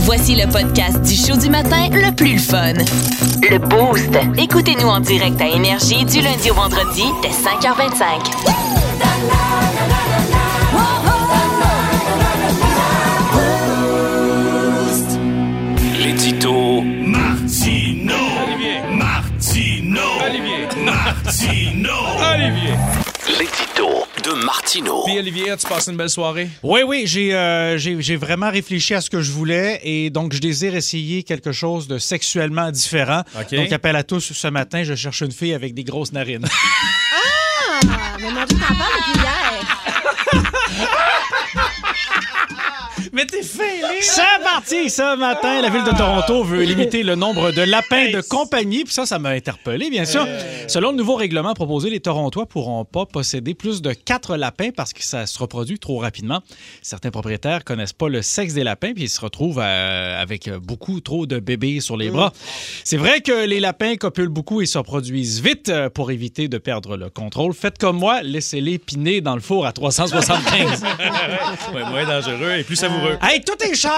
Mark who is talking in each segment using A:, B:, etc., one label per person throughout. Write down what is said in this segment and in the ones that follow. A: Voici le podcast du show du matin le plus fun. Le Boost. Écoutez-nous en direct à Énergie du lundi au vendredi dès 5h25.
B: L'édito
C: Martino.
B: Olivier.
C: Martino.
B: Olivier.
C: Martino.
B: Olivier.
D: L'édito de Martino.
B: Puis Olivier, tu passes une belle soirée?
E: Oui, oui, j'ai euh, j'ai- j'ai vraiment réfléchi à ce que je voulais et donc je désire essayer quelque chose de sexuellement différent.
B: OK.
E: Donc, appel à tous ce matin, je cherche une fille avec des grosses narines.
F: Mais mon Dieu, t'en parles depuis hier.
E: Mais t'es fêlé! C'est parti! Ce matin, la ville de Toronto veut limiter le nombre de lapins de compagnie. Puis ça, ça m'a interpellé, bien sûr. Selon le nouveau règlement proposé, les Torontois pourront pas posséder plus de quatre lapins parce que ça se reproduit trop rapidement. Certains propriétaires connaissent pas le sexe des lapins, puis ils se retrouvent euh, avec beaucoup trop de bébés sur les bras. C'est vrai que les lapins copulent beaucoup et se reproduisent vite euh, pour éviter de perdre le contrôle. Faites comme moi, laissez-les piner dans le four à 375.
B: Ouais, moins dangereux et plus savoureux.
E: Euh, Hey, tout est cher!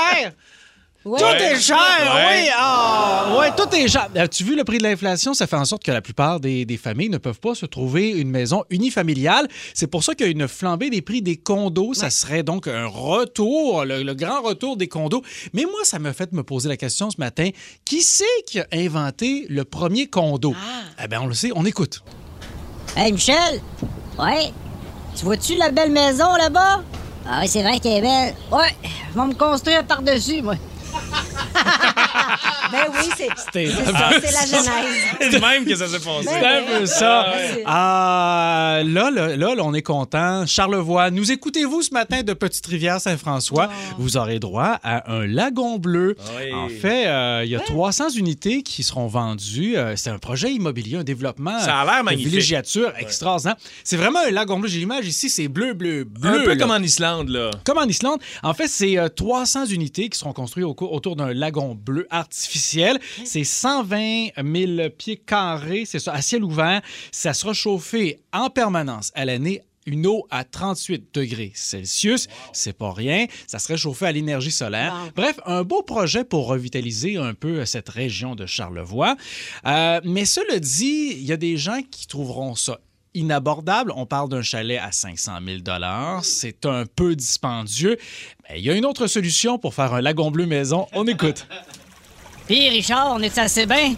F: Ouais.
E: Tout est cher,
B: Ouais.
E: oui! Ah, ouais, tout est cher. As-tu vu le prix de l'inflation? Ça fait en sorte que la plupart des, des familles ne peuvent pas se trouver une maison unifamiliale. C'est pour ça qu'il y a une flambée des prix des condos. Ça serait donc un retour, le, le grand retour des condos. Mais moi, ça m'a fait me poser la question ce matin. Qui c'est qui a inventé le premier condo? Eh bien, on le sait, on écoute.
G: Hey Michel! Ouais? Tu vois-tu la belle maison là-bas? Ah oui, c'est vrai qu'elle est belle. Ouais, ils vont me construire par-dessus, moi.
F: Ben oui, c'est
E: C'était-
F: c'est ça, c'est la genèse.
B: C'est de même que ça s'est passé.
F: Ben,
E: C'est un peu ça.
F: ouais.
E: Ah, là, là, là, là, on est content. Charlevoix, nous écoutez-vous ce matin de Petite-Rivière-Saint-François. Vous aurez droit à un lagon bleu.
B: Ah. Oui. Hein?
E: En fait, euh, il y a 300 unités qui seront vendues. Euh, c'est un projet immobilier, un développement.
B: Ça a l'air
E: de
B: magnifique.
E: villégiature extraordinaire. C'est vraiment un lagon bleu. J'ai l'image ici, c'est bleu, bleu, bleu.
B: Un peu
E: là.
B: comme en Islande, là.
E: Comme en Islande, en fait, c'est euh, 300 unités qui seront construites au cours- autour d'un lagon bleu artificiel. C'est 120 000 pieds carrés, c'est ça, à ciel ouvert. Ça sera chauffé en permanence à l'année. Une eau à 38 degrés Celsius, c'est pas rien. Ça serait chauffé à l'énergie solaire. Bref, un beau projet pour revitaliser un peu euh, cette région de Charlevoix. Euh, mais cela dit, il y a des gens qui trouveront ça inabordable. On parle d'un chalet à 500 000 C'est un peu dispendieux. Mais il y a une autre solution pour faire un lagon bleu maison. On écoute.
G: Puis Richard, on est assez bien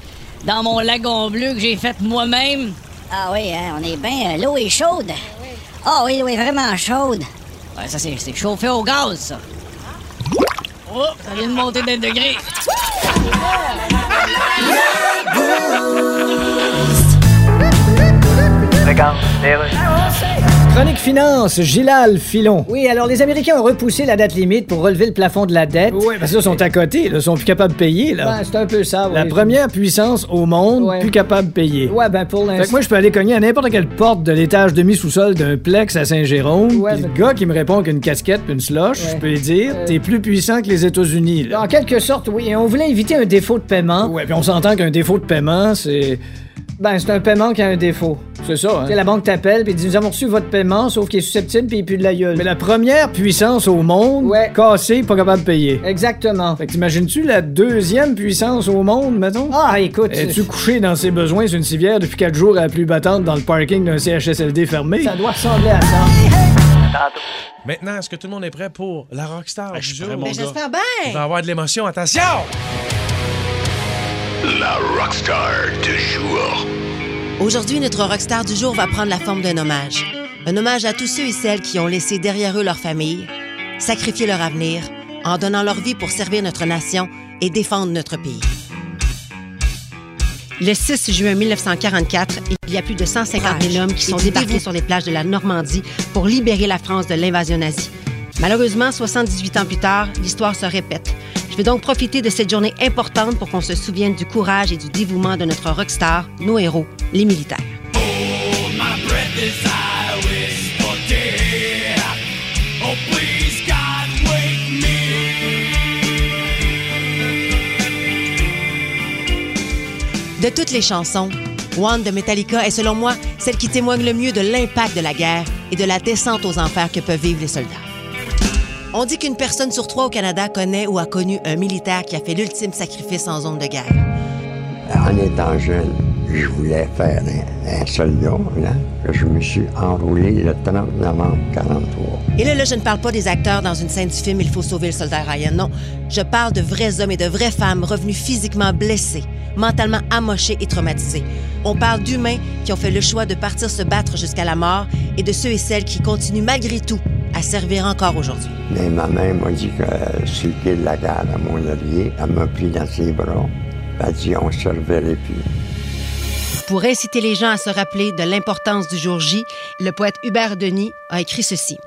G: dans mon lagon bleu que j'ai fait moi-même. Ah oui, hein, on est bien. L'eau est chaude. Ah oui, l'eau est vraiment chaude. Ouais, ça, c'est c'est chauffé au gaz, ça. Oh, ça vient de monter d'un degré.
H: Chronique Finance, Gilal Filon.
I: Oui, alors les Américains ont repoussé la date limite pour relever le plafond de la dette.
H: Ouais, parce que là, sont à côté, là, sont plus capables de payer, là.
I: Ouais, Ah, c'est un peu ça,
H: La
I: ouais.
H: première puissance au monde,
I: Ouais.
H: plus capable de payer.
I: Ouais, ben pour
H: Fait que
I: l'instant.
H: moi, je peux aller cogner à n'importe quelle porte de l'étage demi-sous-sol d'un plex à Saint-Jérôme.
I: Ouais,
H: pis le
I: mais-
H: gars qui me répond qu'une casquette pis une sloche,
I: Ouais. Euh.
H: je peux lui dire T'es plus puissant que les États-Unis, là.
I: En quelque sorte, oui. Et on voulait éviter un défaut de paiement.
H: Ouais, puis on s'entend qu'un défaut de paiement, c'est.
I: Ben, c'est un paiement qui a un défaut.
H: C'est ça, hein.
I: Tu sais, la banque t'appelle puis dit Nous avons reçu votre paiement, sauf qu'il est susceptible puis il pue de la gueule.
H: Mais la première puissance au monde,
I: Ouais.
H: cassée, pas capable de payer.
I: Exactement.
H: Fait que t'imagines-tu la deuxième puissance au monde, mettons?
I: Ah, écoute.
H: Es-tu couché dans ses besoins sur une civière depuis quatre jours à la pluie battante dans le parking d'un CHSLD fermé?
I: Ça doit ressembler à ça.
B: Maintenant, est-ce que tout le monde est prêt pour la rockstar
E: je
B: du
E: suis
B: jour?
E: prêt, mon
F: Ben,
E: gars.
F: J'espère
B: Il va
F: bien.
B: y avoir de l'émotion, attention!
C: La rockstar du jour.
J: Aujourd'hui, notre rockstar du jour va prendre la forme d'un hommage. Un hommage à tous ceux et celles qui ont laissé derrière eux leur famille, sacrifié leur avenir, en donnant leur vie pour servir notre nation et défendre notre pays. Le 6 juin 1944, il y a plus de 150 000 hommes qui sont débarqués sur les plages de la Normandie pour libérer la France de l'invasion nazie. Malheureusement, 78 ans plus tard, l'histoire se répète. Je vais donc profiter de cette journée importante pour qu'on se souvienne du courage et du dévouement de notre rockstar, nos héros, les militaires. De toutes les chansons, One de Metallica est selon moi celle qui témoigne le mieux de l'impact de la guerre et de la descente aux enfers que peuvent vivre les soldats. On dit qu'une personne sur trois au Canada connaît ou a connu un militaire qui a fait l'ultime sacrifice en zone de guerre.
K: En étant jeune, je voulais faire un, un soldat. Là. Je me suis enroulé le 30 novembre 43.
J: Et là, là, je ne parle pas des acteurs dans une scène du film Il faut sauver le soldat Ryan. Non, je parle de vrais hommes et de vraies femmes revenus physiquement blessés, mentalement amochés et traumatisés. On parle d'humains qui ont fait le choix de partir se battre jusqu'à la mort et de ceux et celles qui continuent malgré tout à servir encore aujourd'hui.
K: Mais ma mère m'a dit que euh, sur le pied de la gare à Mont-Laurier, elle m'a pris dans ses bras. Elle a dit on se reverrait plus.
J: Pour inciter les gens à se rappeler de l'importance du jour J, le poète Hubert Denis a écrit ceci.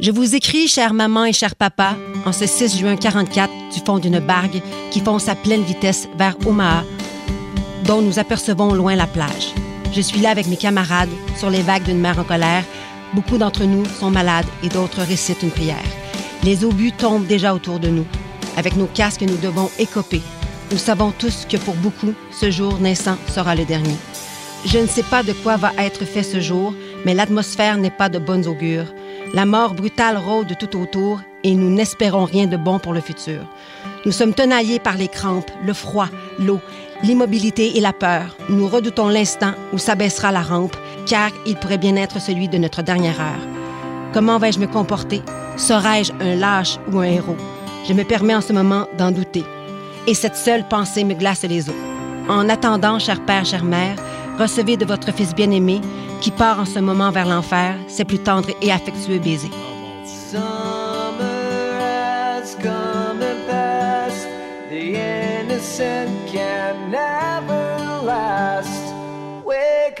J: Je vous écris, chère maman et cher papa, en ce 6 juin 44 du fond d'une bargue qui fonce à pleine vitesse vers Omaha, dont nous apercevons au loin la plage. Je suis là avec mes camarades sur les vagues d'une mer en colère. Beaucoup d'entre nous sont malades et d'autres récitent une prière. Les obus tombent déjà autour de nous. Avec nos casques, nous devons écoper nous savons tous que pour beaucoup, ce jour naissant sera le dernier. Je ne sais pas de quoi va être fait ce jour, mais l'atmosphère n'est pas de bonnes augures. La mort brutale rôde tout autour et nous n'espérons rien de bon pour le futur. Nous sommes tenaillés par les crampes, le froid, l'eau, l'immobilité et la peur. Nous redoutons l'instant où s'abaissera la rampe, car il pourrait bien être celui de notre dernière heure. Comment vais-je me comporter? Serai-je un lâche ou un héros? Je me permets en ce moment d'en douter et cette seule pensée me glace les os. En attendant, cher père, chère mère, recevez de votre fils bien-aimé, qui part en ce moment vers l'enfer, ses plus tendres et affectueux baisers.
L: Summer has come and passed. The innocent can never last. Wake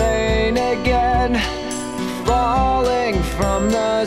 L: rain again, falling from the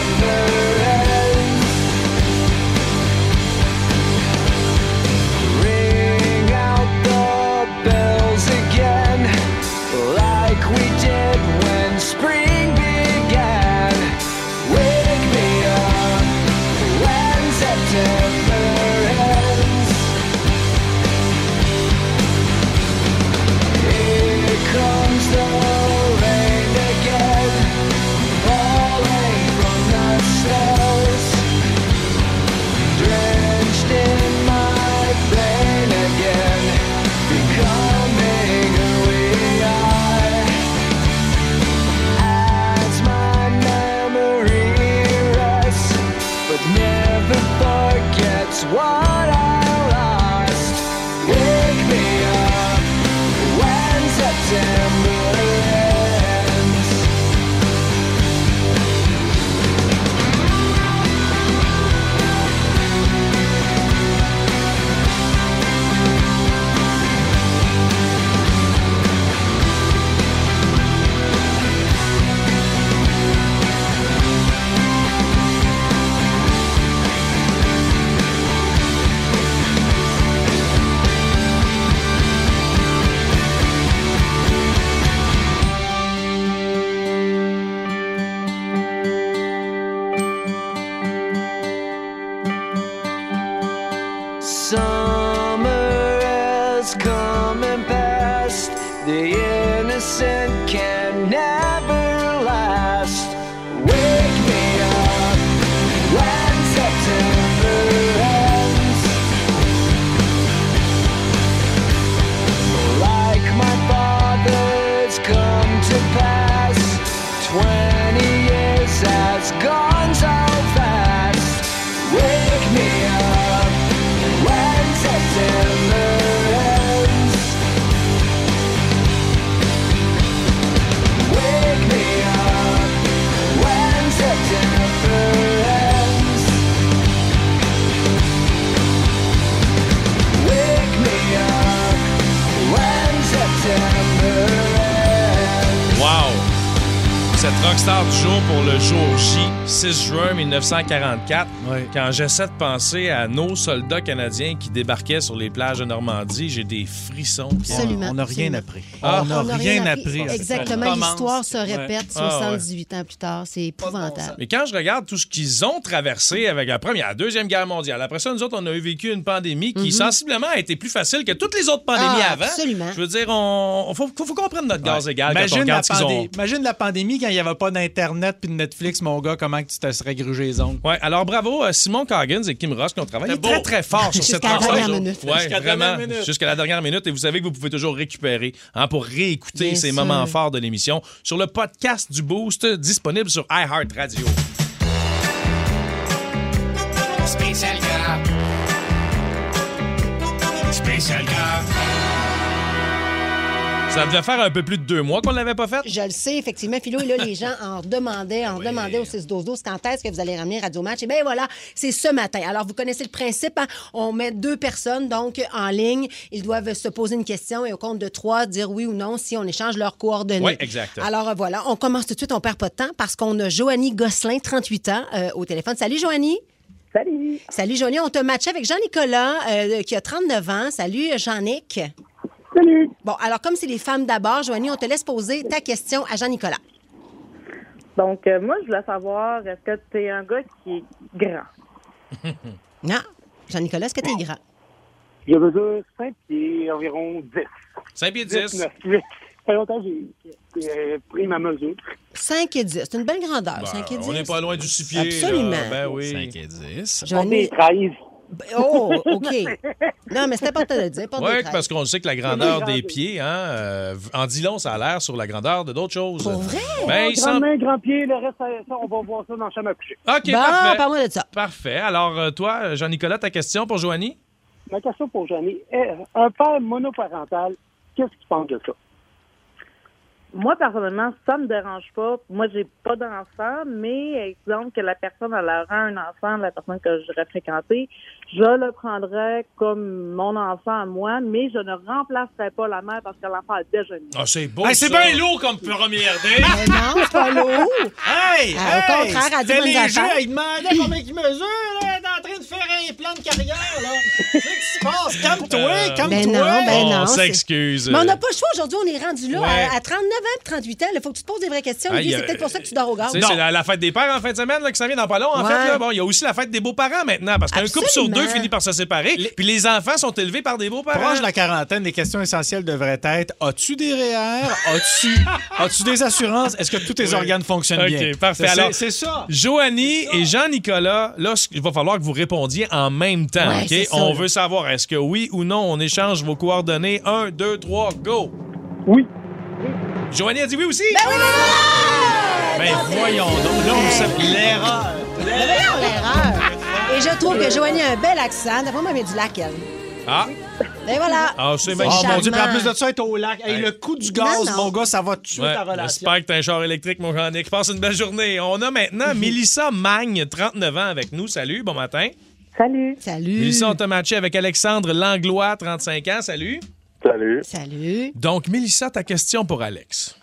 L: The innocent can never last. Wake me up when September ends. Like my father's come to pass, twenty years has gone so fast. Wake me up when September ends. Wake me up when September ends. Wake me up when September ends.
B: Wow! Cette rockstar du jour pour le jour J, 6 juin 1944, quand j'essaie de penser à nos soldats canadiens qui débarquaient sur les plages de Normandie, j'ai des frissons. Pierre.
M: Absolument,
B: On n'a rien
M: absolument.
B: appris. Ah, on n'a rien appris. Ah,
M: Exactement, l'histoire se répète
B: Ouais. Ah, ouais.
M: 78 ans plus tard. C'est épouvantable.
B: Mais quand je regarde tout ce qu'ils ont traversé avec la première, la deuxième guerre mondiale, après ça, nous autres, on a vécu une pandémie qui,
M: Mhm.
B: sensiblement, a été plus facile que toutes les autres pandémies
M: Ah,
B: avant.
M: absolument.
B: Je veux dire, on, on- faut, faut, faut comprendre notre gaz égal quand on
E: Imagine la,
B: regarde ce qu'ils ont.
E: pandé- Imagine la pandémie quand il n'y avait pas d'Internet puis de Netflix, mon gars, comment que tu te serais grugé les ongles.
B: Ouais, alors bravo à Simon Coggins et Kim Ross qui ont travaillé
E: C'était
B: très
E: beau.
B: très fort sur cette
E: Jusqu'à la
B: chanson.
E: dernière
B: eux autres.
E: minute.
B: Ouais,
E: Jusqu'à la
B: vraiment,
E: dernière minute.
B: jusqu'à la dernière minute et vous savez que vous pouvez toujours récupérer hein, pour réécouter
E: Bien
B: ces
E: sûr.
B: moments forts de l'émission sur le podcast du Boost disponible sur iHeart Radio.
N: Spécial gars. Spécial gars.
B: Ça devait faire un peu plus de deux mois qu'on l'avait pas fait.
J: Je le sais, effectivement, Philo, et là, les gens en demandaient, en demandaient au 6-12-12 quand est-ce que vous allez ramener Radio Match. Et bien voilà, c'est ce matin. Alors, vous connaissez le principe, hein? on met deux personnes, donc, en ligne. Ils doivent se poser une question et au compte de trois, dire oui ou non si on échange leurs coordonnées.
O: Ouais, exact.
J: Alors, euh, voilà, on commence tout de suite, on perd pas de temps parce qu'on a Joanie Gosselin, 38 ans, euh, au téléphone. Salut, Joanie. Salut. Salut, Joanie. On te matchait avec Jean-Nicolas, euh, qui a 39 ans. Salut, euh, Jean-Nic. Salut. Bon, alors, comme c'est les femmes d'abord, Joanie, on te laisse poser ta question à Jean-Nicolas.
P: Donc, euh, moi, je voulais savoir, est-ce que tu es un gars qui est grand?
J: Non. Jean-Nicolas, est-ce que t'es grand?
Q: Je mesure 5 pieds, environ 10.
B: 5 pieds
Q: 10? 9, Ça fait longtemps que j'ai euh, pris ma mesure.
J: 5 et 10. C'est une belle grandeur, 5 et 10.
B: Bah, Ben, on n'est pas loin du six pieds.
J: Absolument.
B: là. Ben oui. 5 et
E: 10.
J: Joanie- Oh, OK. non, mais c'est important de le dire. pas de
B: Oui,
J: détail.
B: parce qu'on sait que la grandeur des pieds, hein, euh, en dit long, ça a l'air sur la grandeur de d'autres choses. Ben, Pour vrai?
Q: grand main, grand pied, le reste, ça- ça, on va voir ça dans la chambre à coucher.
B: OK, parfait.
J: de ça.
B: Parfait. Alors, euh, toi, Jean-Nicolas, ta question pour Joanie?
Q: Ma question pour Johnny est, un père monoparental, qu'est-ce que tu penses de ça?
P: Moi, personnellement, ça me dérange pas. Moi, j'ai pas d'enfant, mais exemple que la personne, elle aura un enfant, la personne que j'aurais fréquentée, je le prendrais comme mon enfant à moi, mais je ne remplacerais pas la mère parce que l'enfant a déjà une
B: Ah, c'est beau.
E: Hey, c'est
B: ça.
E: bien lourd comme première date.
J: Mais non, c'est pas lourd.
E: Hey,
J: Ah, au
E: hey,
J: contraire, elle dit
E: c'était
J: bonnes
E: les
J: affaires.
E: jeux, il demandait combien il mesure, là, elle est en train de faire un plan de carrière, là. Qu'est-ce qui se passe? Oh, Calme-toi,
B: Euh,
E: calme-toi.
J: Ben non, ben
B: on
J: non. c'est-
B: s'excuse. euh,
J: Mais on n'a pas le choix aujourd'hui, on est rendu là.
B: Ouais.
J: À, à 39 ans, puis 38 ans, il faut que tu te poses des vraies questions.
B: Ah,
J: Olivier,
B: il y a-
J: c'est peut-être pour ça que tu dors au gaz.
B: Tu sais, C'est la, la fête des pères en fin de semaine là, qui s'en vient dans pas long. En
J: Ouais.
B: fait, là. Bon, il y a aussi la fête des beaux-parents maintenant parce qu'un couple sur
J: Absolument.
B: deux finit par se séparer. Puis les enfants sont élevés par des beaux-parents.
E: Proche de la quarantaine, les questions essentielles devraient être as-tu des REER As-tu as des assurances Est-ce que tous tes
B: Oui.
E: organes fonctionnent bien
B: OK, parfait.
E: C'est-
B: Alors,
E: C'est ça.
B: Joanie et Jean-Nicolas, là, c- il va falloir que vous répondiez en même temps.
E: Ouais,
B: OK?
E: c'est ça,
B: on
E: là.
B: veut savoir, est-ce que oui ou non, on échange vos coordonnées? Un, deux, trois, go!
Q: Oui.
B: Joanie a dit oui aussi? Ben oui, voyons donc, là, on s'appelle l'erreur.
J: Mais voyons l'erreur. Et je trouve que Joanie a un bel accent. D'après moi, elle met du lac, elle.
B: Ah,
J: Et voilà.
B: ah c'est
E: Oh
B: magnifique.
E: mon Dieu, puis en plus de ça, être au lac. Hey,
B: Hey.
E: Le coût du gaz,
J: Non, non.
E: mon gars, ça va tuer
B: Ouais,
E: ta relation.
B: J'espère que t'as un char électrique, mon Jean-Nic. Passe une belle journée. On a maintenant Mélissa Magne, 39 ans, avec nous. Salut, bon matin.
P: Salut.
J: Salut.
B: Mélissa, on t'a matché avec Alexandre Langlois, 35 ans. Salut.
Q: Salut.
J: Salut.
B: Donc, Mélissa, ta question pour Alex.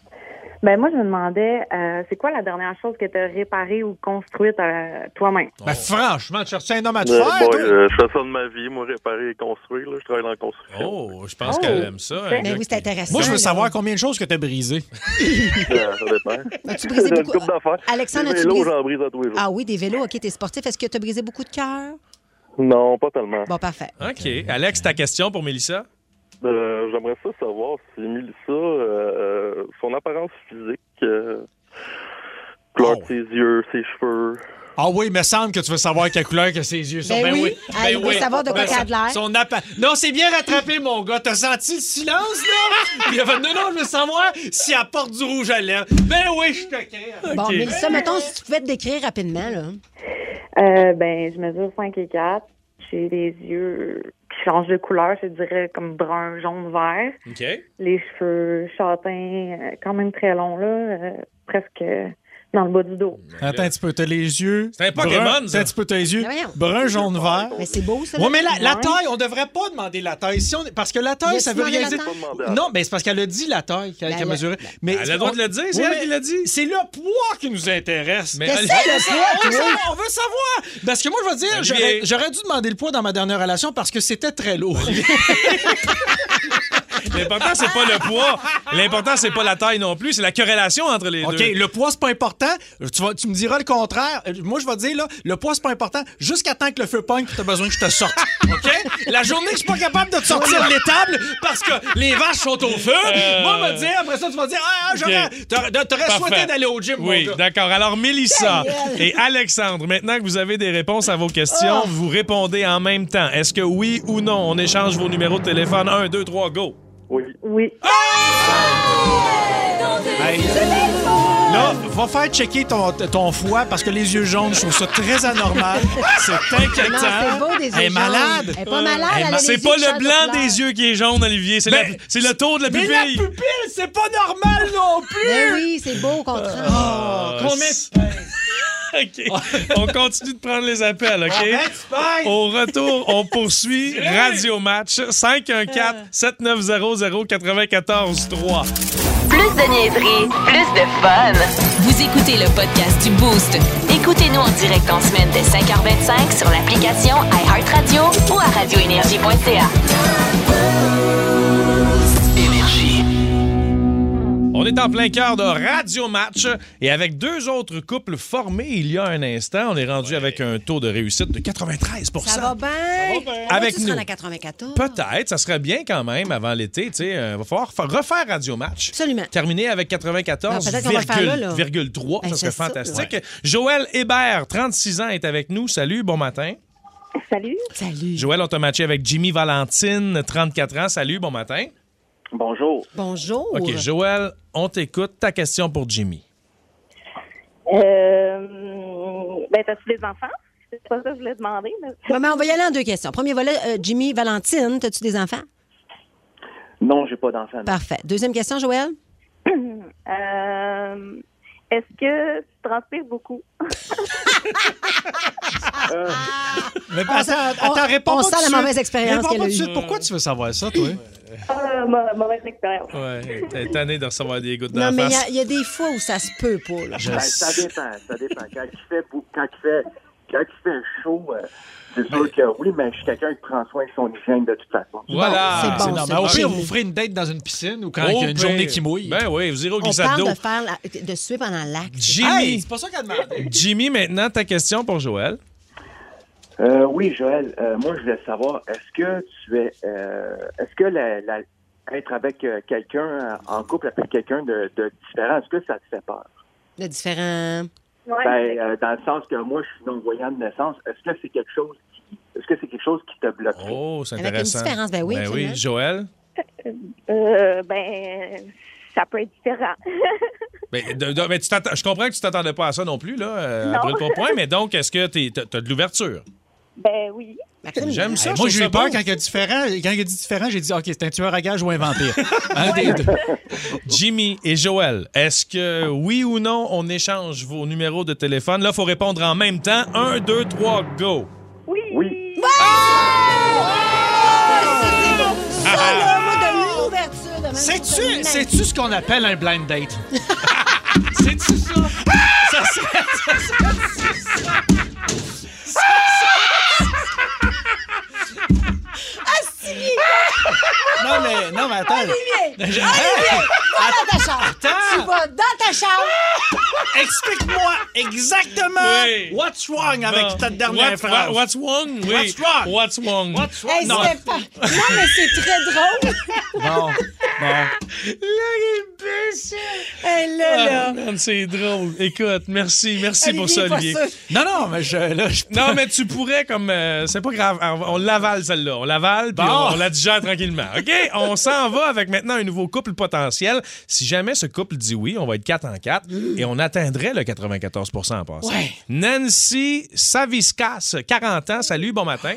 P: Ben moi, je me demandais, euh, c'est quoi la dernière chose que tu as réparée ou construite euh, toi-même?
E: Ben,
B: Oh.
E: franchement, tu cherches un homme à te
R: Euh,
E: faire,
R: bon,
E: toi?
R: euh, je fais ça de ma vie, moi, réparer et construire. Là, je travaille dans la construction.
B: Oh, je
E: pense Oh, qu'elle aime ça,
B: Ah.
S: Ben
J: Mais oui, c'est intéressant.
E: Moi, je veux
J: là.
E: savoir combien de choses que t'as brisées.
B: Oh.
R: euh, ça dépend.
J: As-tu brisé
R: Une
J: beaucoup-
R: couple d'affaires.
J: Alexandre,
R: Des
J: as-tu
R: vélos,
J: brisé-
R: j'en brise à tous les jours.
J: Ah oui, des vélos, OK, t'es sportif. Est-ce que t'as brisé beaucoup de cœur?
R: Non, pas tellement.
J: Bon, parfait.
B: OK. Alex, ta question pour Mélissa?
T: Euh, J'aimerais ça savoir si Mélissa, euh, euh, son apparence physique, euh,
B: Oh.
T: couleur de ses yeux, ses cheveux.
E: Ah oui, mais semble que tu veux savoir quelle couleur que ses yeux sont.
T: Ben oui,
S: elle Ah, veut savoir de quoi
E: Ben,
S: qu'elle a de l'air.
E: son appa- Non, c'est bien rattrapé, mon gars. T'as senti le silence, là? Puis il a fait, non, non, je veux savoir si elle porte du rouge à lèvres. Ben oui, je te crée.
S: Bon, Mélissa, mettons, si tu pouvais te décrire rapidement, là.
P: Euh, ben, je mesure 5 et 4. J'ai les yeux qui changent de couleur, je dirais comme brun, jaune, vert.
B: OK.
P: Les cheveux châtains, euh, quand même très longs, là, euh, presque dans le bas du dos.
E: Attends un petit peu, t'as les yeux. C'est
B: un Pokémon, ça.
E: T'as un petit peu, t'as les yeux.
P: Mais voyons.
E: Brun, jaune, vert.
S: Mais c'est beau, ça.
E: Oui, mais la,
S: là.
E: la taille, on devrait pas demander la taille. Si on- Parce que la
S: Il
E: taille,
S: a
E: ça
S: dit
E: veut
S: demander la
E: rien dire.
S: taille?
B: Pas demander la
E: Non, mais c'est parce qu'elle a dit la taille qu'elle
S: Ben,
E: qu'elle a
S: la-
E: mesurée. Mais
B: Elle a le droit de le dire, c'est elle qui l'a
E: dit. C'est le poids qui nous intéresse.
B: Mais
E: C'est
B: Olivier-
E: le
B: On
E: poids,
B: veut
E: toi.
B: savoir,
E: on veut savoir. Parce que moi, je veux dire,
B: Olivier.
E: j'aurais- j'aurais dû demander le poids dans ma dernière relation parce que c'était très lourd.
B: L'important, c'est pas le poids. L'important, c'est pas la taille non plus. C'est la corrélation entre les
E: OK,
B: deux.
E: le poids, c'est pas important. Tu, vas- tu me diras le contraire. Euh, Moi, je vais te dire, là, le poids, c'est pas important jusqu'à temps que le feu pogne tu t'as besoin que je te sorte. OK? La journée que je suis pas capable de te sortir de l'étable parce que les vaches sont au feu,
B: Euh.
E: moi, me dire, après ça, tu vas dire, ah, ah, j'aurais,
B: Ok.
E: t'aurais- t'aurais
B: Parfait.
E: souhaité d'aller au gym,
B: Oui,
E: mon gars.
B: d'accord. Alors, Mélissa
E: Ta gueule.
B: et Alexandre, maintenant que vous avez des réponses à vos questions,
E: Oh.
B: vous répondez en même temps. Est-ce que oui ou non, on échange vos numéros de téléphone? 1, 2, 3, go. Ah!
T: Oui.
P: Oui.
E: Hey. Là, va faire checker ton, ton foie parce que les yeux jaunes, je trouve ça très anormal. C'est inquiétant.
S: Non, c'est beau, des yeux
E: Elle est
S: jaunes.
E: malade.
S: Elle est pas malade, elle a les
B: C'est
S: yeux
B: pas
S: qui changent de
B: le blanc
S: couleur.
B: des yeux qui est jaune, Olivier. C'est la- c'est le tour de Ben,
E: Mais
B: la pupille.
E: la pupille, c'est pas normal non plus.
S: Ben oui, c'est beau, au contraire.
B: Ah, OK. on continue de prendre les appels, OK? Au retour, on poursuit Radio Match 514-7900-94-3.
A: Plus de niaiserie, plus de fun. Vous écoutez le podcast du Boost. Écoutez-nous en direct en semaine dès 5h25 sur l'application iHeartRadio ou à radioénergie.ca.
B: On est en plein cœur de Radio Match et avec deux autres couples formés il y a un instant, on est rendu avec un taux de réussite de 93
S: Ça va bien?
B: Avec
S: tu seras
B: nous.
S: en 94.
B: Peut-être, ça serait bien quand même avant l'été, tu sais, euh, va falloir fa- refaire Radio Match.
S: Absolument.
B: Terminer avec
S: Ah, peut-être qu'on va le faire là, là.
B: 94,3,
S: Ben,
B: ça serait
S: c'est ça,
B: fantastique. Joël Hébert, 36 ans, est avec nous. Salut, bon matin.
P: Salut.
S: Salut.
B: Joël, on t'a matché avec Jimmy Valentine, 34 ans. Salut, bon matin.
Q: Bonjour.
S: Bonjour.
B: OK, Joël, on t'écoute. Ta question pour Jimmy.
P: Euh, ben, t'as-tu des enfants? C'est pas ça que je voulais demander. Mais...
S: Maman, on va y aller en deux questions. Premier volet, euh, Jimmy, Valentine, as-tu des enfants?
Q: Non, j'ai pas d'enfant. non.
S: Parfait. Deuxième question, Joël?
P: Euh, Est-ce que tu transpires beaucoup?
E: Mais
S: On
E: attends,
S: sent-
E: attends,
S: on-
E: réponds
S: on
E: pas
S: sent
E: tout de
S: la
E: suite.
S: mauvaise expérience
E: Réponds
S: qu'elle
E: pas
S: a
E: tout de
S: eue.
E: suite. Pourquoi tu veux savoir ça, toi?
P: Ah, ma- mauvaise expérience.
B: Ouais, t'es tanné de recevoir des gouttes
S: Non,
B: d'en
S: mais il y
B: face.
S: a- il y, a des fois où ça se peut pas. là.
B: Je
Q: Ben, ça dépend, ça dépend. Quand il fait, beau- quand il fait, quand il fait chaud, euh, c'est sûr que oui, mais je suis quelqu'un qui prend soin de son hygiène de toute façon.
B: Voilà.
E: C'est normal. Ben, Au pire,
B: Ok.
E: vous ferez une date dans une piscine ou quand
B: Au
E: il y a une
B: pire.
E: journée qui mouille.
B: Ben oui, vous irez au
S: On
B: glissade d'eau.
S: parle de, faire la- de suer pendant l'acte.
B: Jimmy. Hey, c'est
E: pas ça qu'elle demandait.
B: Jimmy, maintenant, ta question pour Joël.
Q: Euh, oui, Joël, euh, moi, je voulais savoir, est-ce que tu es. euh, est-ce que la, la- être avec euh, quelqu'un, en couple avec quelqu'un de, de différent, est-ce que ça te fait peur?
S: De différents...
Q: Ben, euh, dans le sens que moi, je suis non-voyant de naissance, est-ce que c'est quelque chose qui. Est-ce que c'est quelque chose qui te bloque?
B: Oh, c'est
Q: Avec une
B: intéressant.
Q: différence, ben oui,
B: Ben
Q: absolument.
B: oui, Joël.
P: Euh, ben, ça peut être différent.
B: Ben, de- de- mais tu t'attends- je comprends que tu t'attendais pas à ça non plus, là, euh,
P: Non.
B: après le point, mais donc, est-ce que tu as de l'ouverture?
P: ben oui.
B: J'aime ça.
E: Hey, moi,
B: je
E: j'ai eu
B: trouve ça
E: peur
B: beau.
E: quand il, a différent, quand il a dit différent, j'ai dit OK, c'est un tueur à gage ou un vampire. Un des deux.
B: Jimmy et Joël, est-ce que oui ou non, on échange vos numéros de téléphone? Là, il faut répondre en même temps. 1, 2, 3, go!
P: Oui!
Q: Oui!
S: Ça, là, moi, de l'ouverture de même.
E: C'est-tu, c'est-tu ce qu'on appelle un blind date? c'est-tu ça? ça, serait- ça serait-
S: Ah, si!
E: Non, mais, non, mais attends.
S: Olivier!
E: Je-
S: Olivier!
L: vas dans ta chambre. Tu vas dans ta chambre.
E: Explique-moi exactement
B: Oui.
E: what's wrong avec
B: Bon.
E: cette dernière
B: What-
E: phrase.
B: what- what's wrong, oui.
E: What's wrong?
B: What's wrong?
E: What's wrong?
L: Hey,
E: Non.
L: c'était pas- Non, mais c'est très drôle.
B: Bon, bon.
L: Hey,
B: Ah, man, c'est drôle. Écoute, merci, merci pour
L: Olivier
B: ça,
L: est pas
B: Olivier.
L: sûr.
B: Non, non, mais je, Non, mais tu pourrais comme. euh, c'est pas grave. On on l'avale, celle-là. On l'avale, puis
E: Bon.
B: on, on la digère tranquillement. OK? On s'en va avec maintenant un nouveau couple potentiel. Si jamais ce couple dit oui, on va être 4 en 4 et on atteindrait le 94 en passant.
E: Ouais.
B: Nancy Saviskas, 40 ans. Salut, bon matin.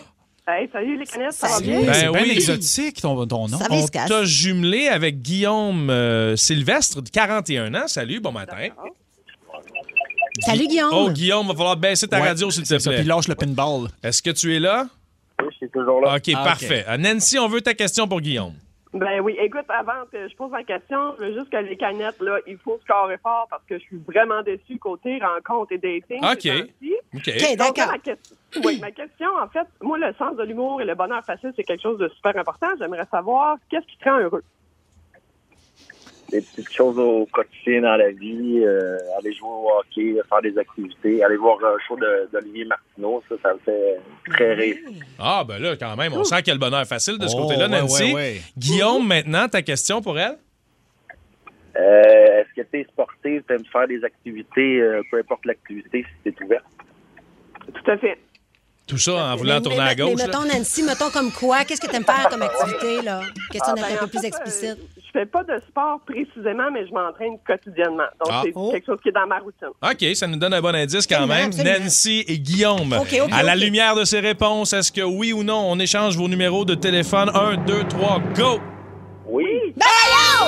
U: Hey, salut les canettes, ça va
V: Salut.
J: Ben
U: bien?
V: C'est bien exotique,
B: ton, nom. On
V: Saviskas.
B: t'a jumelé avec Guillaume euh, Sylvestre, de 41 ans. Salut, bon matin.
J: Salut, Guillaume.
B: Oh, Guillaume, va falloir baisser ta
V: Ouais,
B: radio, s'il te plaît.
V: ça, puis
B: lâche le pinball. Est-ce que tu es là?
W: Oui, je suis toujours là.
R: Ah,
B: OK, parfait. Euh, Nancy, on veut ta question pour Guillaume.
W: Ben oui, écoute, avant que je pose la question, je veux juste que les canettes, là, il faut scorer fort parce que je suis vraiment déçue côté rencontre et dating.
B: OK.
W: ces temps-ci.
B: OK.
J: Ben,
W: Donc, là,
B: d'accord.
W: ma question- Oui, ma question, en fait, moi, le sens de l'humour et le bonheur facile, c'est quelque chose de super important. J'aimerais savoir qu'est-ce qui te rend heureux.
R: Des petites choses au quotidien dans la vie, euh, aller jouer au hockey, faire des activités, aller voir euh, un show de- d'Olivier Martineau, ça, ça me fait très rire.
B: Ah, ben là, quand même, on sent qu'il y a le bonheur facile de ce
R: Oh,
B: côté-là,
R: ouais,
B: Nancy.
R: ouais, ouais.
B: Guillaume, maintenant, ta question pour elle?
R: Euh, Est-ce que tu es sportif, tu aimes faire des activités, euh, peu importe l'activité, si tu es ouvert?
W: Tout à fait.
B: Tout ça en voulant
J: Mais-
B: tourner
J: mais-
B: à gauche.
J: Mais
B: là.
J: mettons, Nancy, mettons comme quoi? Qu'est-ce que t'aimes faire comme activité, là? Question
W: Ah,
J: d'être
W: ben,
J: un peu
W: en
J: plus
L: euh,
W: fait,
J: explicite.
W: Je fais pas de sport précisément, mais je m'entraîne quotidiennement. Donc,
B: Ah.
W: c'est quelque chose qui est dans ma routine.
B: OK, ça nous donne un bon indice quand
W: Absolument,
B: même.
W: absolument.
B: Nancy et Guillaume,
W: OK, OK,
B: à la
W: OK.
B: lumière de ces réponses, est-ce que oui ou non, on échange vos numéros de téléphone? 1, 2, 3, go!
R: Oui.
L: Ben yo!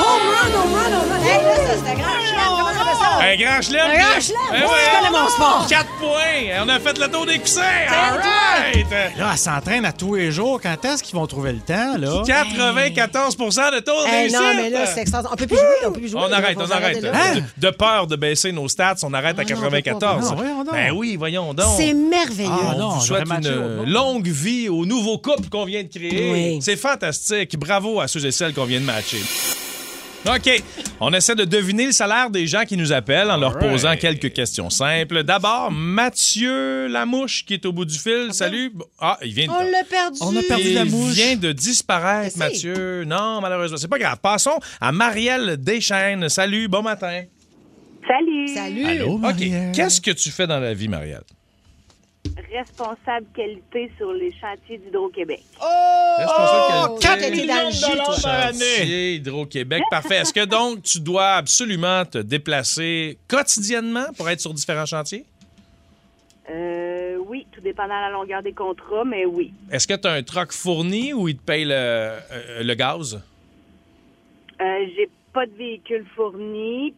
L: Home run, home run, home run. Hey, là, ça, c'est un grand chelem. Comment on appelle ça?
B: Un grand chelem!
L: Un grand chelem.
B: Eh
L: Moi,
B: ouais.
L: je connais mon sport.
B: 4 points! On a fait le tour des coussins! All right!
E: Là, elle s'entraîne à tous les jours. Quand est-ce qu'ils vont trouver le temps, là?
B: 94 de taux de
J: Hey,
B: réussite!
J: Eh, non, mais là, c'est extraordinaire. On peut plus jouer, on peut plus jouer.
B: On arrête,
J: Faut
B: on
J: s'arrêter
B: arrête.
J: là.
L: Hein?
J: Ah,
B: De, de peur de baisser nos stats, on arrête à 94.
E: non, voyons donc.
B: ben oui, voyons donc.
J: C'est merveilleux.
B: Ah, on
E: non,
B: vous souhaite
E: j'aurais matché
B: une euh, longue vie au nouveau couple qu'on vient de créer.
E: Oui.
B: C'est fantastique. Bravo à ceux et celles qu'on vient de matcher. OK. On essaie de deviner le salaire des gens qui nous appellent en leur posant quelques questions simples. D'abord, Mathieu Lamouche qui est au bout du fil. Salut. Ah, il vient de
J: On l'a perdu.
B: il vient de disparaître,
J: Merci.
B: Mathieu. Non, malheureusement. C'est pas grave. Passons à Marielle Deschaines. Salut, bon matin.
P: Salut.
B: OK. Qu'est-ce que tu fais dans la vie, Marielle?
P: Responsable qualité sur les chantiers d'Hydro-Québec.
B: Responsable
P: Oh,
B: qualité.
P: quatre millions de dollars par année.
B: Chantier Hydro-Québec. Parfait. Est-ce que donc tu dois absolument te déplacer quotidiennement pour être sur différents chantiers?
P: Euh, oui, tout dépendant de la longueur des contrats, mais oui.
B: Est-ce que tu as un troc fourni ou ils te payent le, euh, le gaz?
P: Euh, J'ai pas de véhicule fourni,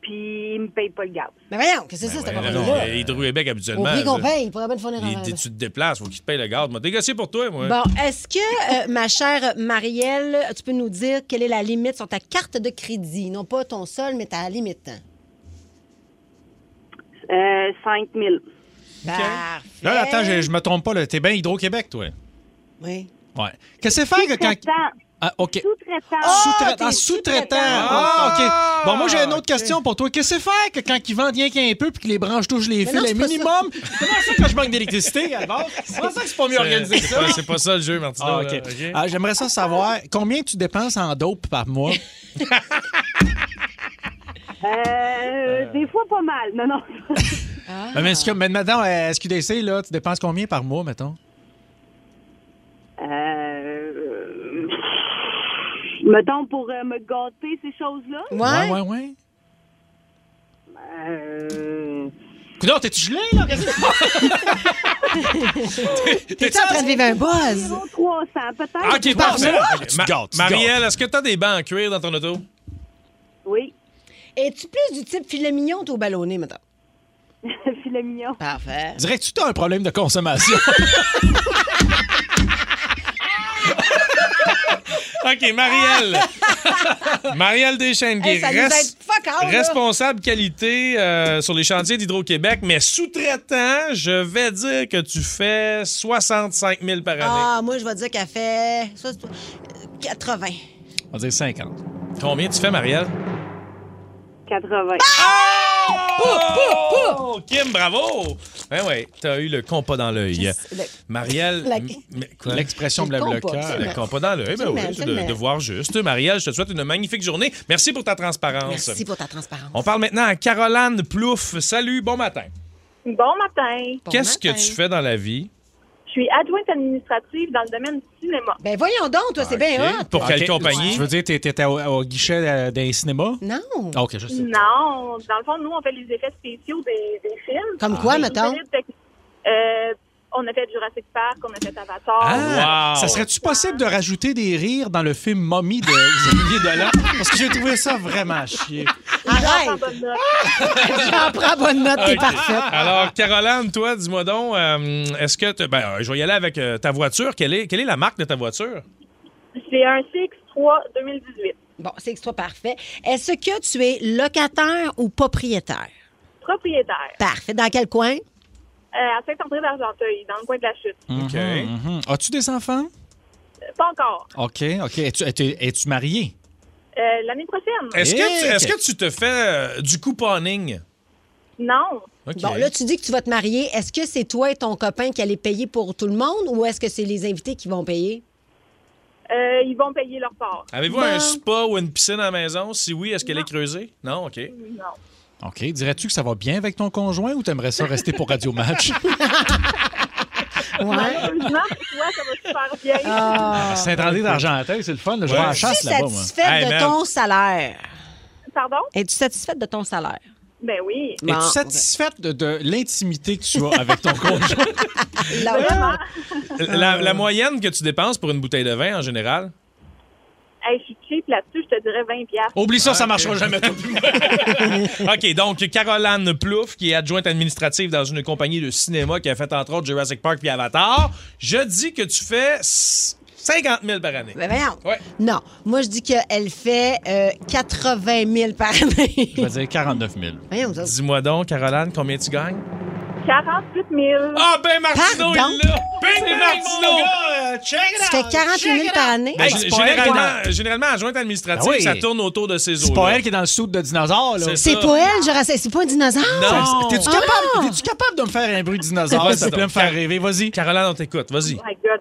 P: puis ils me payent pas le gaz.
J: Mais voyons, qu'est-ce que c'est, ça, cette
P: Ah,
B: Ben
J: affaire-là?
B: non, mais Hydro-Québec, habituellement.
J: Au prix qu'on
B: je-
J: paye, il pourrait bien le fournir en
B: il-
J: rêve.
B: tu te déplaces, faut qu'ils te payent le gaz. Moi, négocier pour toi, moi.
J: Bon, est-ce que, euh, ma chère Marielle, tu peux nous dire quelle est la limite sur ta carte de crédit? Non pas ton sol, mais ta limite.
P: Euh, 5 000.
E: Là, attends, je, je me trompe pas. là. T'es bien Hydro-Québec, toi.
J: Oui.
E: Ouais. Qu'est-ce que c'est faire que quand. Ah, OK.
P: Sous-traitant.
E: Sous-traitant. Ah, sous-traitant. Ah, OK. Bon, moi, j'ai une autre question pour toi. Qu'est-ce que c'est faire que quand ils vendent rien qu'un peu puis que les branches touchent les
B: Mais
E: fils
B: non,
E: un
B: c'est pas
E: minimum? Comment ça que je manque d'électricité à la base? C'est pour ça que c'est pas mieux organisé que
B: C'est
E: ça.
B: pas- C'est pas ça le jeu, Martino.
E: Ah,
B: là, euh,
E: OK.
B: OK?
E: Ah, J'aimerais ça savoir combien tu dépenses en dope par mois.
P: Euh, Des fois, pas mal. Non, non.
D: Ah.
E: Ben, mais est-ce que- mais euh, maintenant, à SQDC, là, tu dépenses combien par mois, mettons?
P: Euh, mettons, pour euh, me gâter ces choses-là.
E: Ouais, ouais, ouais.
P: Euh,
E: Coudon, t'es-tu gelé, là? Qu'est-ce que-
J: T'es-tu en train de vivre un buzz?
P: 300, peut-être.
B: Ah, OK, parfait. Ma- Marielle, est-ce que t'as des bancs en cuir dans ton auto?
P: Oui.
J: Es-tu plus du type filet mignon ou au ballonné, maintenant?
P: filet mignon.
J: Parfait.
E: Dirais-tu que t'as un problème de consommation?
B: OK, Marielle. Marielle Deschaines, qui
J: Hey, ça
B: est
J: nous aide
B: res-
J: fuck all, là.
B: responsable qualité euh, sur les chantiers d'Hydro-Québec, mais sous-traitant, je vais dire que tu fais 65 000 par année.
S: Ah,
J: Ah, moi, je vais dire qu'elle fait soit- soit- euh, 80.
B: On va dire 50. Combien tu fais, Marielle?
X: 80.
S: Ah,
B: Oh, Kim, bravo! Ben oui, t'as eu le compas dans l'œil.
F: le-
B: Marielle,
F: la-
B: m- mais quoi?
E: L'expression Le blabla compas, car.
B: Le
E: absolument.
B: compas dans l'œil, ben
E: Absolument,
B: oui, c'est de,
E: absolument.
B: de voir juste. Marielle, je te souhaite une magnifique journée. Merci pour ta transparence.
S: Merci pour ta transparence.
B: On parle maintenant à Caroline Plouf. Salut, bon matin.
D: Bon matin.
B: Qu'est-ce que tu fais dans la vie?
D: Je suis adjointe administrative dans le domaine du cinéma.
S: Ben voyons donc, toi, c'est bien hot.
B: Pour quelle
E: Ok,
B: compagnie?
E: Je veux dire, t'étais étais au, au guichet euh, d'un cinéma?
S: Non.
E: Ah, OK, je sais.
D: Non, dans le fond, nous, on fait les effets spéciaux des, des films.
E: Comme quoi,
D: Des
E: mettons?
D: nouvelles techniques. Euh, on a fait Jurassic Park, on a fait Avatar.
E: Ah, Ça serait-tu possible de rajouter des rires dans le film Mommy de Xavier Dolan? Parce que j'ai trouvé ça vraiment à chier.
D: Arrête! J'en
S: J'en prends bonne note, t'es
B: Ok.
S: parfaite.
B: Alors, Caroline, toi, dis-moi donc, euh, est-ce que... t'as- Ben, euh, je vais y aller avec euh, ta voiture. Quelle est, quelle est la marque de ta voiture?
D: C'est un CX3 2018.
S: Bon, c'est extra parfait. Est-ce que tu es locataire ou propriétaire?
D: Propriétaire.
S: Parfait. Dans quel coin?
D: Euh, à Saint-André d'Argenteuil, dans le coin de la chute.
E: OK.
B: Mhm.
E: As-tu des enfants?
D: Euh, Pas encore.
E: OK, OK. Es-tu es-tu- es-tu marié?
D: Euh, L'année prochaine.
B: Est-ce que, tu-
E: Eh,
B: est-ce
E: ok.
B: que tu te fais euh, du couponing?
D: Non.
B: OK.
S: Bon, là, tu dis que tu vas te marier. Est-ce que c'est toi et ton copain qui allez payer pour tout le monde ou est-ce que c'est les invités qui vont payer?
D: Euh, ils vont payer leur part.
B: Avez-vous un spa ou une piscine à la maison? Si oui, est-ce qu'elle est creusée? Non, OK.
D: Non.
E: OK. Dirais-tu que ça va bien avec ton conjoint ou t'aimerais ça rester pour Radio Match?
D: Malheureusement, pour toi, ça va super bien.
E: Saint-André
S: ben,
E: d'Argenteuil, c'est le fun. là. Je
B: Ouais.
E: vais en
D: Ah,
E: chasse
S: Ah, Es-tu
E: là-bas, moi.
S: satisfaite de ton salaire?
D: Pardon?
S: Es-tu satisfaite de ton salaire?
D: Ben oui.
E: Es-tu satisfaite de, de l'intimité que tu as avec ton conjoint?
D: Vraiment.
B: La, la moyenne que tu dépenses pour une bouteille de vin en général?
D: Hey, je suis cheap là-dessus, je te dirais 20 piastres.
E: Oublie ça, ça marchera
B: jamais. OK, donc Caroline Plouf, qui est adjointe administrative dans une compagnie de cinéma qui a fait entre autres Jurassic Park puis Avatar, je dis que tu fais s- 50 000 par année.
S: Ben voyons. Non. Moi, je dis qu'elle fait euh, 80 000 par année.
E: Je vais dire 49 000.
S: Voyons, vous autres.
B: Dis-moi donc, Caroline, combien tu gagnes?
D: 48 000.
B: Ah, ben Martino,
D: Pardon?
B: il est là!
D: Ben
B: C'est Martino!
S: Tu fais 48 000 par année?
B: Hey, g- Ben, généralement, euh, généralement, adjointe administrative,
E: Ben oui.
B: ça tourne autour de ces eaux.
E: C'est pas elle qui est dans le soude de dinosaure, là.
B: C'est
S: C'est pas elle, Jurassic. C'est pas un dinosaure?
E: Non. T'es-tu capable,
S: Ah!
E: t'es-tu capable de me faire un bruit de dinosaure, s'il te plaît, me faire rêver? Vas-y.
B: Ah, Caroline, on t'écoute. Vas-y.
D: Oh my God.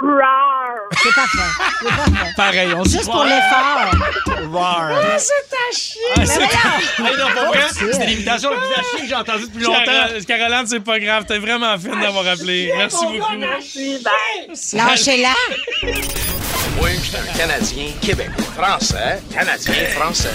D: Roar!
S: C'est parfait. C'est parfait.
E: Pareil, on se
S: Juste
E: dit-
S: pour l'effort.
E: Roar.
S: c'est à chier! Oh,
E: Ah, c'est- Hey, non, pour vrai,
B: Merci.
E: C'était l'imitation la plus hachée que j'ai entendue depuis
B: Carole-
E: longtemps.
B: Hein? Caroline, c'est pas grave. T'es vraiment fine d'avoir appelé. Merci beaucoup.
S: Lâchez-la.
G: Oui, je suis un Canadien, Québécois, Français, Canadien, Français.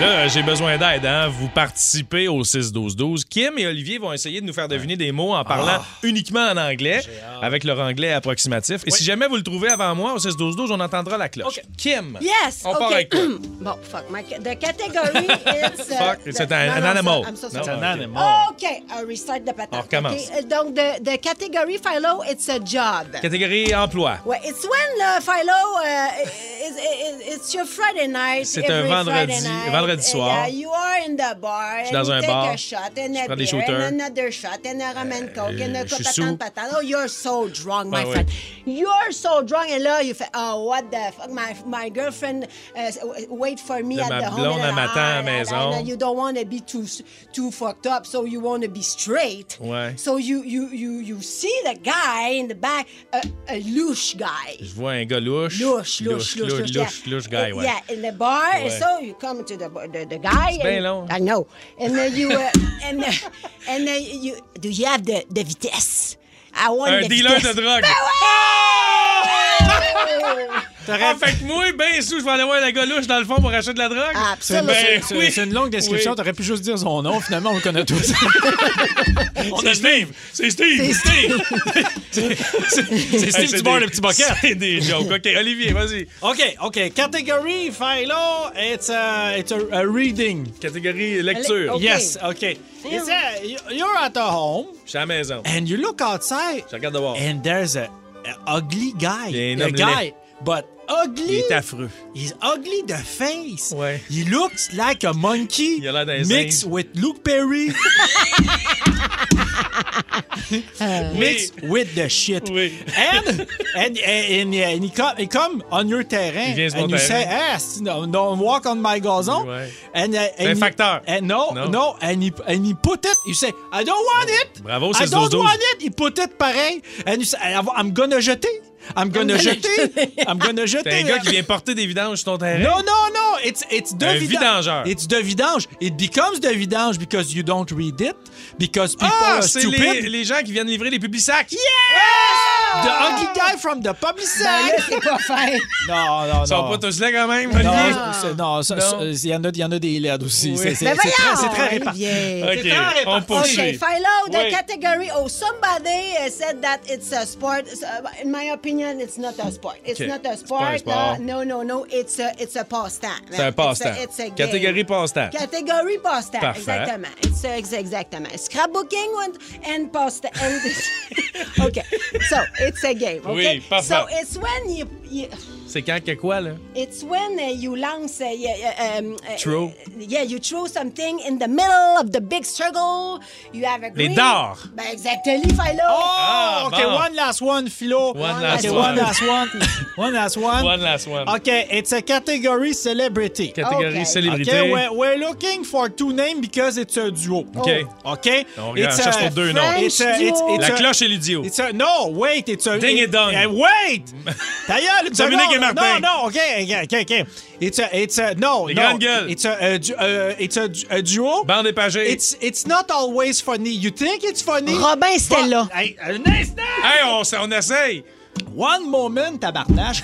B: Là, j'ai besoin d'aide. Hein? Vous participez au 6-12-12. Kim et Olivier vont essayer de nous faire deviner des mots en parlant
E: Ah.
B: uniquement en anglais, avec leur anglais approximatif. Et si jamais vous le trouvez avant moi au 6-12-12, on entendra la cloche. Kim,
S: Yes!
B: on
S: OK. Mm.
B: part avec toi.
S: bon, fuck. My, the category is... uh,
B: Fuck, it's
S: the-
B: an-
S: non,
B: an
S: non,
B: animal.
S: I'm so
B: No,
E: Ah,
S: sorry.
B: It's an animal.
S: OK, I restart the patate.
B: On recommence.
S: OK, euh, Donc, the, the category, Philo, it's a job.
B: Catégorie emploi.
S: Ouais, it's when, là, Philo, euh, it's, it's- it's your Friday night.
B: C'est
S: every
B: un vendredi-
S: Friday night.
B: vendredi soir.
S: Uh, you are in the bar.
B: Je suis dans
S: and you
B: un
S: take
B: bar.
S: A shot, and
B: Je
S: a
B: prends des
S: beer,
B: shooters. Euh,
S: And another shot, and a rum and coke, and a
B: je suis
S: patate,
B: sous.
S: patate. Oh, you're so drunk, my
B: Ah oui.
S: friend. You're so drunk. Et là, you fait, oh, what the fuck, my, my girlfriend uh, wait for me
B: Là,
S: at
B: ma
S: the home.
B: blonde,
S: Et là,
B: elle m'attend à la
S: ah, là, là,
B: maison.
S: là, You don't want to be too, too fucked up, so you want to be straight.
B: Ouais.
S: So you, you, you, you see the guy in the back, a, a louche guy.
B: Je vois un gars louche.
S: Louche, louche, louche, louche,
B: louche,
S: yeah.
B: louche guy, ouais.
S: Yeah, in the bar,
B: Ouais.
S: so you come to the the, the guy.
B: C'est bien
S: and-
B: long.
S: I know. And then you, uh, and uh, and then you, do you have the the vitesse? I want
B: Un
S: the
B: dealer
S: vitesse.
B: de drogue. Ah, fait que moi, ben sous, je vais aller voir la gars louche dans le fond pour acheter de la drogue.
S: Ah,
E: C'est une,
B: Ben
E: c'est-
B: oui.
E: c'est une longue description.
B: Oui.
E: T'aurais pu juste dire son nom. Finalement, on le connaît tous.
B: On a Steve! C'est Steve! Steve! C'est- c'est-
E: C'est Steve Dubois, le petit
B: boquet! C'est des jokes. OK, Olivier, vas-y.
E: OK, OK. Catégorie, Philo, it's a, it's a, a reading.
B: Catégorie lecture.
E: Yes, OK. It's a, you- you're at a home
B: Je suis à la maison.
E: and you look outside
B: Je regarde dehors.
E: and there's a, a ugly guy.
B: Il y a un
E: a
B: homme laid.
E: guy, but ugly.
B: Il est affreux.
E: Il est ugly de face. Il looks like a monkey
B: Il a l'air d'un
E: mixed
B: singe.
E: with Luke Perry. Mixed with the shit. And, and, and, and, and he, come, he come on your terrain.
B: Il vient sur
E: and
B: mon
E: you
B: terrain.
E: say, ah, c'est- no, don't walk on my gazon.
B: Ouais.
E: And, uh,
B: C'est un
E: and he-
B: facteur.
E: and no,
B: Non.
E: no, And, he, and he put it. You say, I don't want it.
B: Bravo,
E: I
B: 16-12-12.
E: don't want it. He put it pareil. And you say, I'm gonna jeter. I'm gonna jeter. I'm gonna jeter.
B: T'as un gars qui vient porter des vidanges sur ton terrain.
E: No, no, no. Oh, It's it's the
B: Un
E: vida-
B: vidangeur.
E: It's the vidange. It becomes the vidange because you don't read it because people
B: Ah,
E: are
B: c'est les,
E: stupid.
B: les gens qui viennent livrer les publics sacs.
E: The
B: Ah!
E: ugly guy from the public
S: là,
B: Ben,
S: c'est pas fin.
E: Non, Ah, non, non.
B: Ils sont pas tous là quand même, Olivier?
E: Non, c'est- non, ça-
B: Non.
E: ça- il y en a, il y en a des LED aussi.
B: Oui.
E: C'est c'est-
B: Mais
E: c'est très,
S: voyons,
E: c'est très réparti.
S: Olivier.
B: Ok,
E: C'est très réparti.
B: on poursuit.
S: Okay, Philo, the
E: Oui.
S: category oh somebody uh, said that it's a sport. So, uh, in my opinion, it's not a sport. It's
B: Okay.
S: not a
B: C'est pas
S: sport.
B: un sport.
S: uh, no, no, no. It's a it's a pastime.
B: C'est un passe-temps.
S: It's a- it's a game.
B: Catégorie passe-temps.
S: Catégorie passe-temps,
B: Parfait.
S: exactement. It's, uh, ex- exactement. Scrapbooking and, and passe-temps. and- OK. So, it's a game, OK?
B: Oui, parfait.
S: So, it's when you... you-
B: C'est quand que quoi, là?
S: it's when uh, you lance... Uh, yeah, yeah, um, uh,
B: Throw.
S: Yeah, you throw something in the middle of the big circle. You have a
B: Les
S: green...
B: dards.
S: Ben, exactement, Philo.
E: Oh, OK,
B: Ah, bon.
E: one last one, Philo.
B: One last
E: Okay,
B: one.
E: One last one. One last one.
B: One last one.
E: OK, it's a category celebrity.
B: Catégorie
E: Okay.
B: célébrité.
E: OK, we're, we're looking for two names because it's a duo.
B: OK.
E: OK?
B: On regarde, on cherche pour deux noms.
E: It's a- it's- it's
B: La
E: a-
B: cloche et l'idiot.
E: It's a, no, wait, it's a...
B: Ding et dong.
E: Eh, wait! Ta gueule, une
B: Dominique
E: seconde.
B: et Martin.
E: Non, non, OK, OK, OK, OK. It's a... It's a no,
B: Les
E: no.
B: grandes gueules.
E: It's a, uh, du- uh, it's a, du- a duo.
B: Bande épagée.
E: It's, it's not always funny. You think it's funny?
S: Robin Stella.
E: Va- Hey, un instant!
B: Hey, on, s- on essaye.
E: One moment, tabarnache.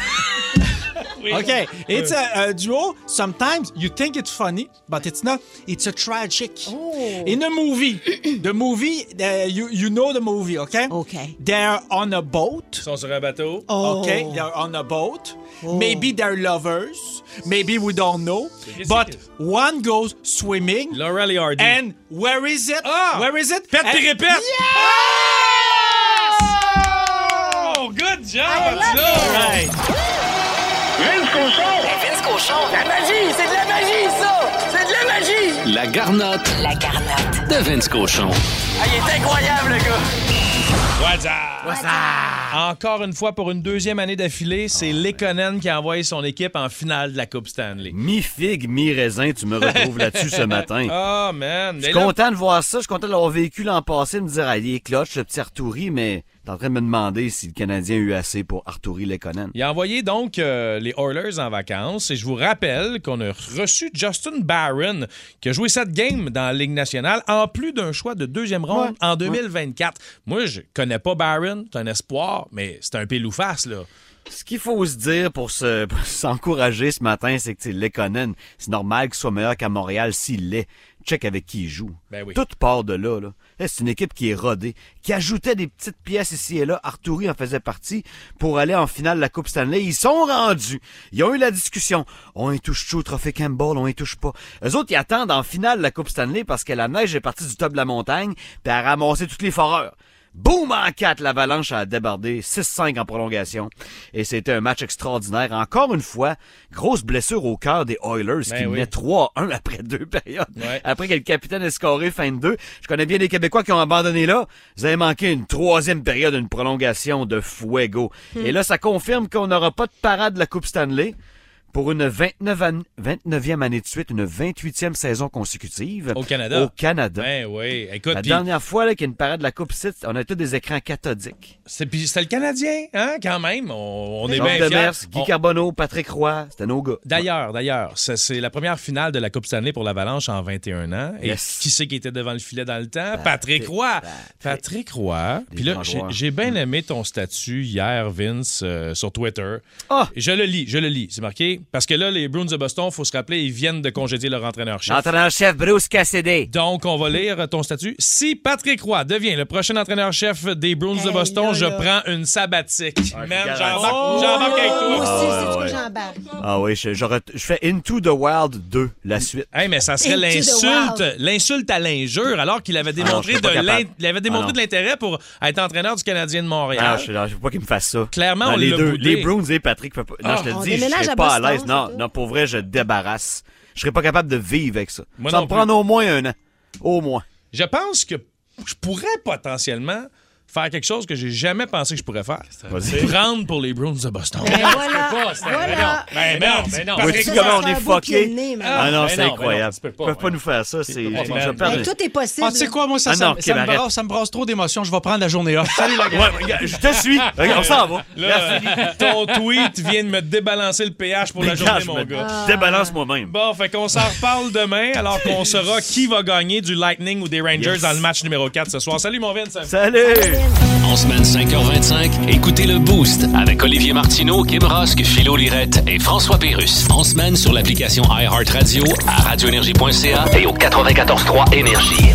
E: okay, it's a, a duo. Sometimes you think it's funny, but it's not. It's a tragic.
B: Oh.
E: In a movie, the movie, uh, you you know the movie, okay?
S: Okay.
E: They're on a boat.
B: Ils sont sur un bateau.
E: Okay, they're on a boat. Maybe they're lovers. Maybe we don't know.
B: Qu'est-ce
E: But
B: que-
E: one goes swimming.
B: Laura Lee Hardy.
E: And where is it?
B: Ah!
E: Where is it?
B: Pète
E: And-
B: tes répètes! Oh, good job, Angela!
E: Right.
L: Vince Cochon!
Y: Vince Cochon.
L: La magie! C'est de la magie, ça! C'est de la magie!
A: La garnotte
Y: La garnotte.
A: de Vince Cochon.
L: Ah, il est incroyable, le gars!
B: What's up? Encore une fois, pour une deuxième année d'affilée, c'est Lekonen qui a envoyé son équipe en finale de la Coupe Stanley.
I: Mi-figue, mi-raisin, tu me retrouves là-dessus ce matin.
B: Ah, man.
I: Je
B: Mais
I: suis
B: là-
I: content de voir ça. Je suis content de l'avoir vécu l'an passé, de me dire, ah, il est clutch, le petit Arturi, mais t'es en train de me demander si le Canadien a eu assez pour Arturi Lekonen.
B: Il a envoyé donc euh, les Oilers en vacances et je vous rappelle qu'on a reçu Justin Barron qui a joué cette game dans la Ligue nationale en plus d'un choix de deuxième ronde
I: Ouais,
B: en 2024. Moi, je connais pas Barron, c'est un espoir, mais c'est un pile ou face là.
I: Ce qu'il faut se dire pour se- pour s'encourager ce matin, c'est que tu sais, Lekonen, c'est normal qu'il soit meilleur qu'à Montréal s'il l'est. Check avec qui il joue.
B: Ben oui.
I: Tout part de là. là. Là, C'est une équipe qui est rodée, qui ajoutait des petites pièces ici et là. Arturi en faisait partie pour aller en finale de la Coupe Stanley. Ils sont rendus. Ils ont eu la discussion. On y touche tout, trophée Campbell, on y touche pas. Eux autres, ils attendent en finale de la Coupe Stanley parce que la neige est partie du top de la montagne puis a ramassé toutes les foreurs. Boum en 4, l'avalanche a débordé 6-5 en prolongation. Et c'était un match extraordinaire. Encore une fois, grosse blessure au cœur des Oilers qui
B: Ben oui.
I: menaient 3-1 après deux périodes.
B: Ouais.
I: Après que le capitaine ait scoré fin de deux. Je connais bien les Québécois qui ont abandonné là. Vous avez manqué une troisième période, une prolongation de fuego.
B: Hmm.
I: Et là, ça confirme qu'on n'aura pas de parade de la Coupe Stanley. Pour une 29 an- 29e année de suite, une 28e saison consécutive.
B: Au Canada.
I: Au Canada.
B: Ben oui, écoute,
I: La
B: pis-
I: dernière fois là, qu'il y a une parade de la Coupe Site, on a tous des écrans cathodiques.
B: c'est puis c'était le Canadien, hein, quand même. On, on est
I: Jacques
B: bien fiers.
I: Demers, Guy
B: Eh ben, On-
I: Carbonneau, Patrick Roy, c'était nos gars.
B: D'ailleurs, d'ailleurs, ça, c'est la première finale de la Coupe Stanley pour l'Avalanche en 21 ans. Et
I: Yes.
B: qui c'est qui était devant le filet dans le temps? Patrick Roy. Patrick Roy. Puis là,
I: grands
B: j'ai-
I: joueurs.
B: j'ai bien aimé ton statut hier, Vince, euh, sur Twitter.
I: Ah!
B: Je le lis, je le lis. C'est marqué congédier. Parce que là, les Bruins de Boston, il faut se rappeler, ils viennent de congédier leur entraîneur-chef.
I: L'entraîneur-chef Bruce Cassidy.
B: Donc, on va lire ton statut. Si Patrick Roy devient le prochain entraîneur-chef des Bruins de Boston, je prends une sabbatique. Man, j'embarque j'embarque avec toi.
I: Ah, ouais.
B: Oh.
I: Ah oui, je, je ret- je fais Into the Wild 2, la suite.
B: Hey, mais ça serait
I: Into the
B: l'insulte,
I: wild.
B: l'insulte à l'injure, alors qu'il avait
I: Ah non, je
B: démontré,
I: suis pas
B: de,
I: capable.
B: l'in- il avait
I: Ah,
B: démontré
I: non.
B: de l'intérêt pour être entraîneur du Canadien de Montréal.
I: Ah, je ne veux pas qu'il me fasse ça.
B: Clairement,
I: Non,
B: on
I: les
B: l'a
I: deux,
B: boudé.
I: les Bruins et Patrick. fais pas- Non,
B: Ah.
I: je
B: On
I: te dis, je
B: déménage à
I: serais pas à
B: Boston,
I: l'aise. Non, non, pour vrai, je débarrasse. Je serais pas capable de vivre avec ça.
B: Moi
I: ça
B: non
I: me
B: plus.
I: prend au moins un an. Au moins.
B: Je pense que je pourrais potentiellement faire quelque chose que j'ai jamais pensé que je pourrais faire.
I: Vas-y.
B: Prendre pour les Bruins de Boston.
I: Ben
B: Non,
I: voilà,
B: je peux pas, c'est-
I: voilà.
B: Ben non, ben non, ben non.
I: Vois-tu
B: Ça, ça
I: comment on
B: serait
I: est
B: un bout
I: fucké?
B: qu'il y ait le nez, man.
I: Ah non,
B: Ben
I: c'est
B: non, ben non,
I: incroyable.
B: tu
I: Ils
B: peux pas,
I: peuvent pas
B: ouais.
I: nous faire ça. C'est.
B: pas,
I: je
B: man.
I: perds
B: Ben,
I: le-
B: tout
S: Tout est possible.
E: Ah, tu sais quoi, moi, ça,
I: Ah
E: ça,
I: non,
E: me-
I: ok,
E: ça me
I: arrête.
E: brasse, ça me brasse trop d'émotions. Je vais prendre la journée off. Salut, la gang.
I: Ouais, regarde, je te suis. Regarde, on s'en va.
B: Là,
I: Merci.
B: Euh, ton tweet vient de me débalancer le pH pour la
I: Dégage,
B: journée, mon
I: man.
B: gars.
E: Ah,
I: Je débalance moi-même.
B: Bon, fait qu'on s'en reparle demain, alors qu'on saura qui va gagner du Lightning ou des Rangers
I: Yes.
B: dans le match numéro 4 ce soir. Salut, mon Vince.
I: Salut!
H: En semaine 5h25, écoutez le Boost avec Olivier Martineau, Kim Rosk, Philo Lirette et François Pérus. En semaine sur l'application iHeartRadio à radioénergie.ca et au 94.3 Énergie.